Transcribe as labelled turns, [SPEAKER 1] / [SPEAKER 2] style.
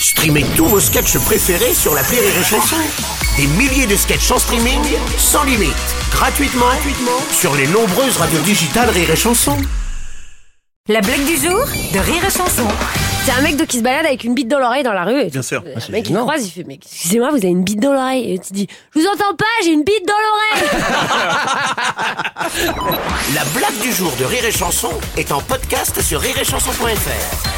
[SPEAKER 1] Streamez tous vos sketchs préférés sur la Rire et Chanson. Des milliers de sketchs en streaming, sans limite, gratuitement, gratuitement sur les nombreuses radios digitales Rire et Chanson.
[SPEAKER 2] La blague du jour de Rire et Chanson.
[SPEAKER 3] C'est un mec de qui se balade avec une bite dans l'oreille dans la rue. Et
[SPEAKER 4] Bien sûr.
[SPEAKER 3] le mec il croise, il fait mais excusez-moi, vous avez une bite dans l'oreille. Et tu dis je vous entends pas, j'ai une bite dans l'oreille.
[SPEAKER 1] La blague du jour de Rire et Chanson est en podcast sur rireetchanson.fr.